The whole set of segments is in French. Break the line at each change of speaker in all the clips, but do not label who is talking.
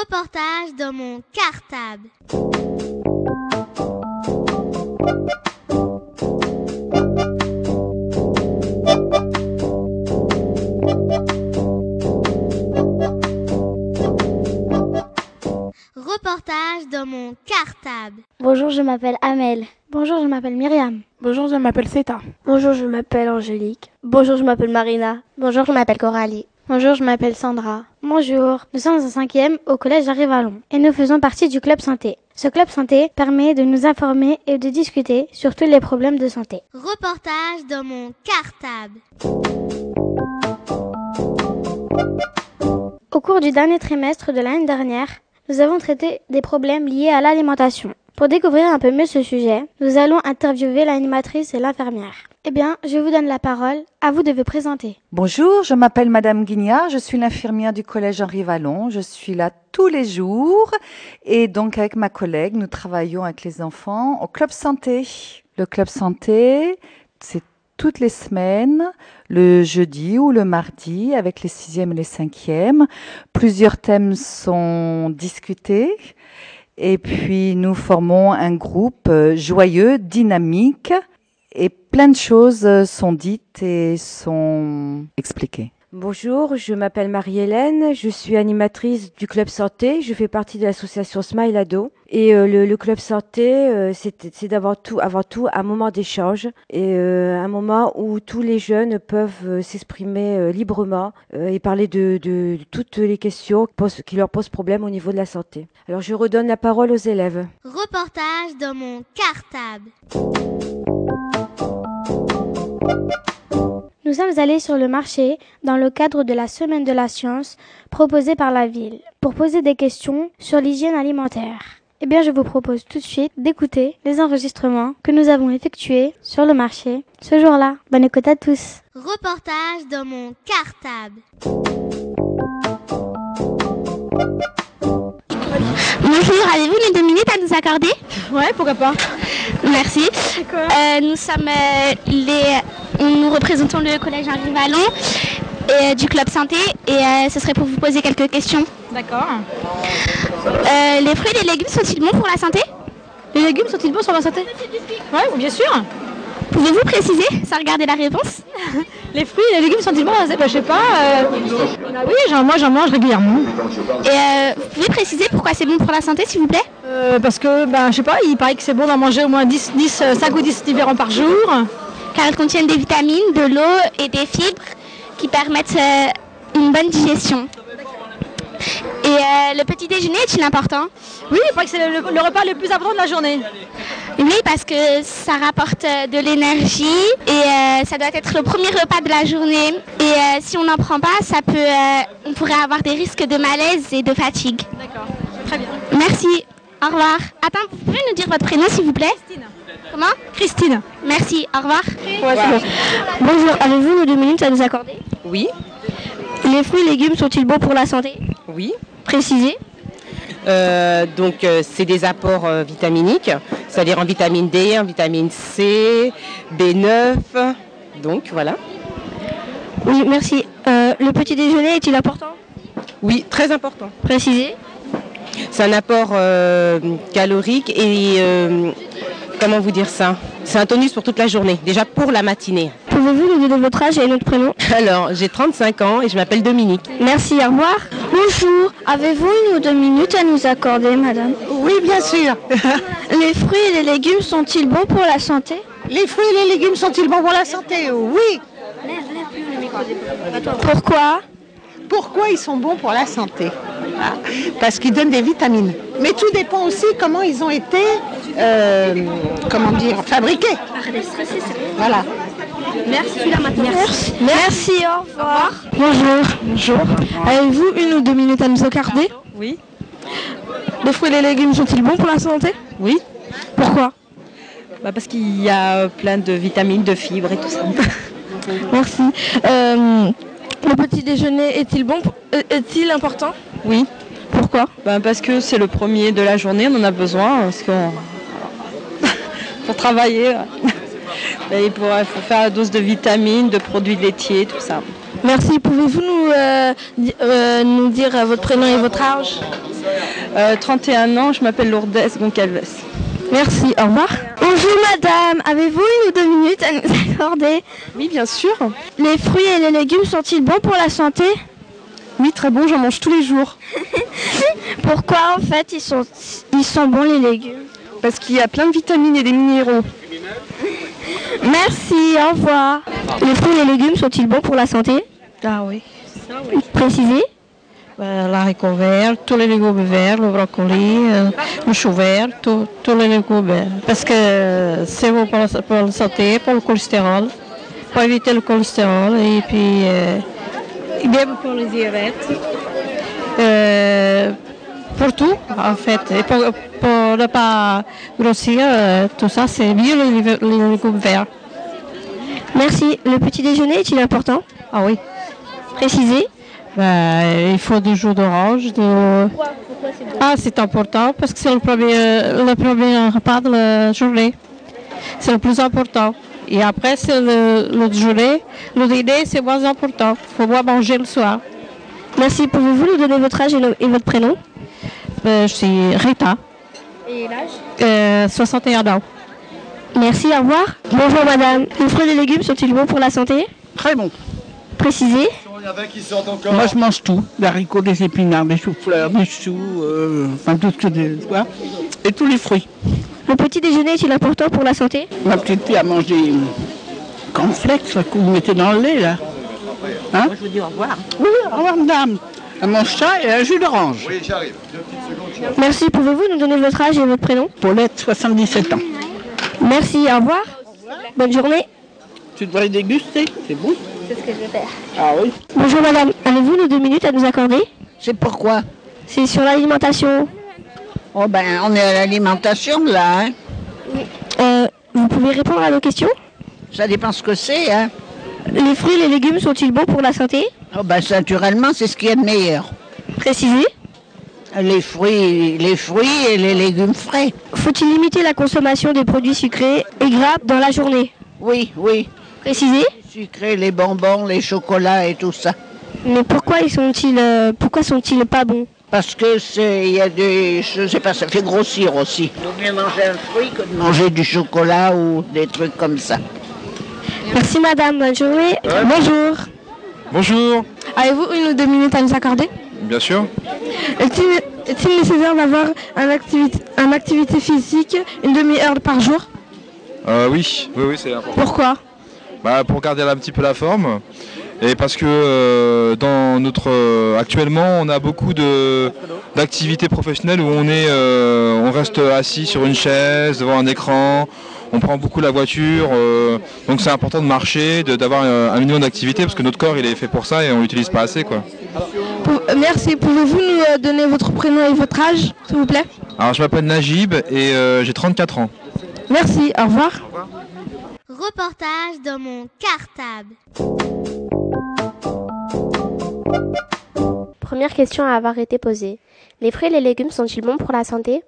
Reportage dans mon cartable. Reportage dans mon cartable.
Bonjour, je m'appelle Amel.
Bonjour, je m'appelle Myriam.
Bonjour, je m'appelle Seta.
Bonjour, je m'appelle Angélique.
Bonjour, je m'appelle Marina.
Bonjour, je m'appelle Coralie.
Bonjour, je m'appelle Sandra.
Bonjour, nous sommes en cinquième au collège Arrivalon et nous faisons partie du club santé. Ce club santé permet de nous informer et de discuter sur tous les problèmes de santé.
Reportage dans mon cartable.
Au cours du dernier trimestre de l'année dernière, nous avons traité des problèmes liés à l'alimentation. Pour découvrir un peu mieux ce sujet, nous allons interviewer l'animatrice et l'infirmière. Eh bien, je vous donne la parole, à vous de vous présenter.
Bonjour, je m'appelle Madame Guignard, je suis l'infirmière du collège Henri Vallon, je suis là tous les jours et donc avec ma collègue, nous travaillons avec les enfants au club santé. Le club santé, c'est toutes les semaines, le jeudi ou le mardi, avec les sixièmes et les cinquièmes. Plusieurs thèmes sont discutés. Et puis, nous formons un groupe euh, joyeux, dynamique, et plein de choses euh, sont dites et sont expliquées.
Bonjour, je m'appelle Marie-Hélène, je suis animatrice du Club Santé, je fais partie de l'association Smile Ado. Et euh, le, le, Club Santé, euh, c'est avant tout, avant tout un moment d'échange et euh, un moment où tous les jeunes peuvent euh, s'exprimer librement euh, et parler de, de, de, toutes les questions qui leur posent problème au niveau de la santé. Alors je redonne la parole aux élèves.
Reportage dans mon cartable.
Nous sommes allés sur le marché dans le cadre de la semaine de la science proposée par la ville pour poser des questions sur l'hygiène alimentaire. Eh bien, je vous propose tout de suite d'écouter les enregistrements que nous avons effectués sur le marché ce jour-là. Bonne écoute à tous.
Reportage dans mon cartable.
Bonjour, avez-vous les deux minutes à nous accorder
Ouais, pourquoi pas.
Merci. Euh, nous sommes euh, les nous représentons le collège Henri Vallon et, euh, du club santé et euh, ce serait pour vous poser quelques questions.
D'accord.
Euh, les fruits et les légumes sont-ils bons pour la santé
Les légumes sont-ils bons pour la santé Oui, bien sûr.
Pouvez-vous préciser sans regarder la réponse
Les fruits et les légumes sont-ils bons Je bah, Je sais pas. Bah, oui, genre, moi j'en mange régulièrement.
Et euh, vous pouvez préciser pourquoi c'est bon pour la santé s'il vous plaît
Parce que, bah, je sais pas, il paraît que c'est bon d'en manger au moins 10, 10, 5 ou 10 différents par jour
car elles contiennent des vitamines, de l'eau et des fibres qui permettent euh, une bonne digestion. Et euh, le petit déjeuner est-il important
Oui, il paraît que c'est le, le, repas le plus important de la journée.
Oui, parce que ça rapporte euh, de l'énergie et euh, ça doit être le premier repas de la journée. Et euh, si on n'en prend pas, ça peut, euh, on pourrait avoir des risques de malaise et de fatigue.
D'accord, très bien.
Merci, au revoir. Attends, vous pouvez nous dire votre prénom s'il vous plaît
Christine.
Comment
Christine.
Merci, au revoir.
Ouais,
Bonjour, avez-vous deux minutes à nous accorder
Oui.
Les fruits et légumes sont-ils bons pour la santé
Oui.
Précisez.
Euh, donc euh, c'est des apports euh, vitaminiques, c'est-à-dire en vitamine D, en vitamine C, B9, donc voilà.
Oui, merci. Euh, le petit déjeuner est-il important
Oui, très important.
Précisez.
C'est un apport euh, calorique et euh, comment vous dire ça C'est un tonus pour toute la journée, déjà pour la matinée.
Pouvez-vous nous donner votre âge et notre prénom
Alors, j'ai 35 ans et je m'appelle Dominique.
Merci, au revoir.
Bonjour, avez-vous une ou deux minutes à nous accorder, madame
Oui, bien sûr.
les fruits et les légumes sont-ils bons pour la santé
Les fruits et les légumes sont-ils bons pour la santé Oui.
Pourquoi
Pourquoi ils sont bons pour la santé Ah, parce qu'ils donnent des vitamines. Mais tout dépend aussi comment ils ont été, euh, comment dire, fabriqués. Voilà.
Merci, Merci.
Merci, au revoir.
Bonjour. Bonjour. Avez-vous une ou deux minutes à nous accorder
Oui.
Les fruits et les légumes sont-ils bons pour la santé
Oui.
Pourquoi
bah Parce qu'il y a plein de vitamines, de fibres et tout ça.
Merci. Euh, le petit déjeuner est-il bon euh, Est-il important
Oui.
Pourquoi
ben Parce que c'est le premier de la journée, on en a besoin parce que pour Ben, travailler. Et pour, faut faire la dose de vitamines, de produits laitiers, tout ça.
Merci. Pouvez-vous nous, euh, di- euh, nous dire euh, votre prénom et votre âge 31 ans, je m'appelle Lourdes Goncalves. Merci, au revoir.
Bonjour madame, avez-vous une ou deux minutes à nous accorder
Oui, bien sûr.
Les fruits et les légumes sont-ils bons pour la santé
Oui, très bon, j'en mange tous les jours.
Pourquoi en fait ils sont, ils sont bons les légumes
Parce qu'il y a plein de vitamines et des minéraux.
Merci, au revoir. Les fruits et les légumes sont-ils bons pour la santé
Ah oui.
Précisez.
Ben, L'haricot vert, tous les légumes verts, Eh, le brocoli, euh, le chou vert, tout- tous les légumes verts. Parce que c'est bon pour la, pour la santé, pour le cholestérol, pour éviter le cholestérol et puis euh, bien pour les diabètes. Euh, pour tout, en fait. Et pour, pour ne pas grossir, euh, tout ça, c'est mieux les, lég- les légumes verts.
Merci. Le petit déjeuner est-il important
Ah oui.
Précisez.
Ben, il faut des jus d'orange. De... Ah, c'est important parce que c'est le premier, euh, le premier repas de la journée. C'est le plus important. Et après, c'est le, le déjeuner. Le dîner, c'est moins important. Il faut moins manger le soir.
Merci. Pouvez-vous nous donner votre âge et, le- et votre prénom
Ben, je suis Rita,
Et l'âge
euh, 61 ans.
Merci, au revoir. Bonjour madame. Les fruits et les légumes sont-ils bons pour la santé
Très bons.
Précisez.
Moi, je mange tout. Des haricots, des épinards, des choux-fleurs, des choux, euh, enfin tout ce que des- quoi. Et tous les fruits.
Le petit déjeuner est-il important pour la santé
Ma petite fille a mangé euh, cornflakes, là, que vous mettez dans le lait, là. Hein je vous dis au revoir. Oui, au revoir, madame. Un manchat et un jus d'orange.
Oui, j'arrive.
Merci. Pouvez-vous nous donner votre âge et votre prénom
Paulette, 77 ans.
Merci, au revoir. Bonne journée.
Tu devrais déguster, c'est bon.
C'est ce que je vais faire.
Ah oui
Bonjour madame, avez-vous nos deux minutes à nous accorder
C'est pourquoi
C'est sur l'alimentation.
Oh ben, on est à l'alimentation là, hein
Euh, vous pouvez répondre à nos questions
Ça dépend ce que c'est, hein
Les fruits et les légumes sont-ils bons pour la santé
Oh ben, ça, naturellement, c'est ce qu'il y a de meilleur.
Précisez.
Les fruits, les fruits et les légumes frais.
Faut-il limiter la consommation des produits sucrés et gras dans la journée
Oui, oui.
Précisez.
Les sucrés, les bonbons, les chocolats et tout ça.
Mais pourquoi ils sont-ils euh, pourquoi sont-ils pas bons
Parce que c'est, il y a des, je sais pas, ça fait grossir aussi. Il vaut mieux manger un fruit que de manger du chocolat ou des trucs comme ça.
Merci madame, bonne journée.
Bonjour.
Bonjour.
Avez-vous une ou deux minutes à nous accorder
Bien sûr.
Est-il est-il nécessaire d'avoir un activité, une activité physique une demi-heure par jour
Euh, oui, oui, oui, c'est important.
Pourquoi
Bah, pour garder un petit peu la forme. Et parce que euh, dans notre euh, actuellement on a beaucoup de d'activités professionnelles où on est euh, on reste assis sur une chaise, devant un écran, on prend beaucoup la voiture, euh, donc c'est important de marcher, de- d'avoir euh, un minimum d'activité parce que notre corps il est fait pour ça et on l'utilise pas assez quoi.
Pou- euh, Merci. Pouvez-vous nous euh, donner votre prénom et votre âge, s'il vous plaît
Alors je m'appelle Najib et euh, j'ai 34 ans.
Merci. Au revoir.
Reportage dans mon cartable.
Première question à avoir été posée. Les fruits et les légumes sont-ils bons pour la santé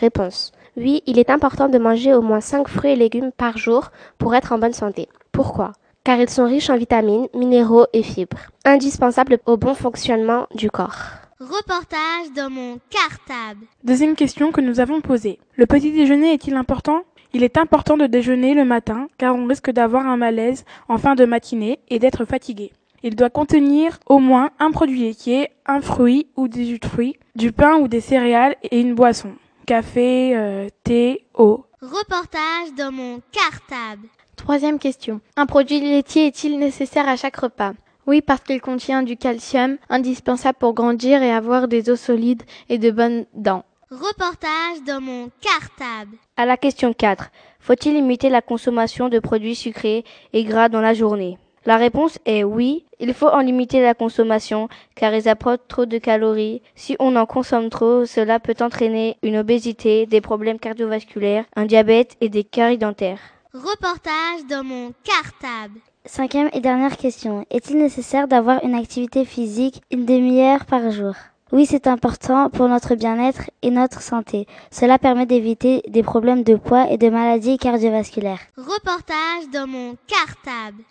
Réponse. Oui, il est important de manger au moins 5 fruits et légumes par jour pour être en bonne santé. Pourquoi Car ils sont riches en vitamines, minéraux et fibres, indispensables au bon fonctionnement du corps.
Reportage dans mon cartable.
Deuxième question que nous avons posée. Le petit déjeuner est-il important Il est important de déjeuner le matin car on risque d'avoir un malaise en fin de matinée et d'être fatigué. Il doit contenir au moins un produit laitier, un fruit ou des jus de fruits, du pain ou des céréales et une boisson. Café, euh, thé, eau.
Reportage dans mon cartable.
Troisième question. Un produit laitier est-il nécessaire à chaque repas Oui, parce qu'il contient du calcium, indispensable pour grandir et avoir des os solides et de bonnes dents.
Reportage dans mon cartable.
À la question 4, faut-il limiter la consommation de produits sucrés et gras dans la journée La réponse est oui, il faut en limiter la consommation car ils apportent trop de calories. Si on en consomme trop, cela peut entraîner une obésité, des problèmes cardiovasculaires, un diabète et des caries dentaires.
Reportage dans mon cartable.
Cinquième et dernière question. Est-il nécessaire d'avoir une activité physique une demi-heure par jour Oui, c'est important pour notre bien-être et notre santé. Cela permet d'éviter des problèmes de poids et de maladies cardiovasculaires.
Reportage dans mon cartable.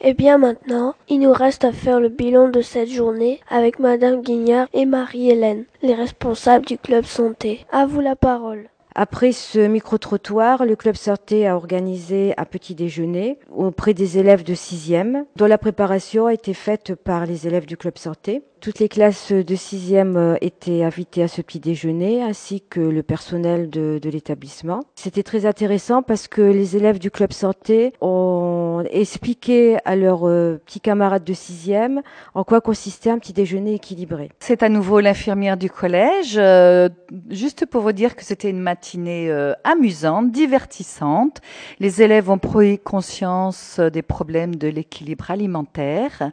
Et bien maintenant, il nous reste à faire le bilan de cette journée avec Madame Guignard et Marie-Hélène, les responsables du club santé. À vous la parole.
Après ce micro-trottoir, le club sortait a organisé un petit déjeuner auprès des élèves de 6e, dont la préparation a été faite par les élèves du club sortait. Toutes les classes de 6e étaient invitées à ce petit déjeuner, ainsi que le personnel de, de l'établissement. C'était très intéressant parce que les élèves du club santé ont expliqué à leurs euh, petits camarades de 6e en quoi consistait un petit déjeuner équilibré.
C'est à nouveau l'infirmière du collège. Euh, juste pour vous dire que c'était une matinée euh, amusante, divertissante. Les élèves ont pris conscience euh, des problèmes de l'équilibre alimentaire.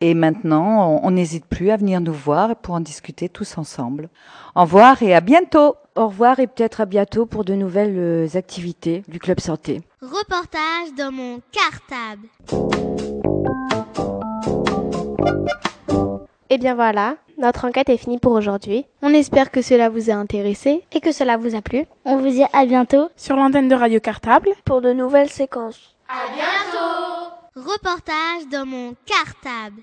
Et maintenant, on on n'hésite plus à venir nous voir pour en discuter tous ensemble. Au revoir et à bientôt.
Au revoir et peut-être à bientôt pour de nouvelles euh, activités du club santé.
Reportage de mon cartable.
Et Eh bien voilà, notre enquête est finie pour aujourd'hui. On espère que cela vous a intéressé et que cela vous a plu.
On vous dit à bientôt
sur l'antenne de Radio Cartable
pour de nouvelles séquences.
À bientôt. Reportage de mon cartable.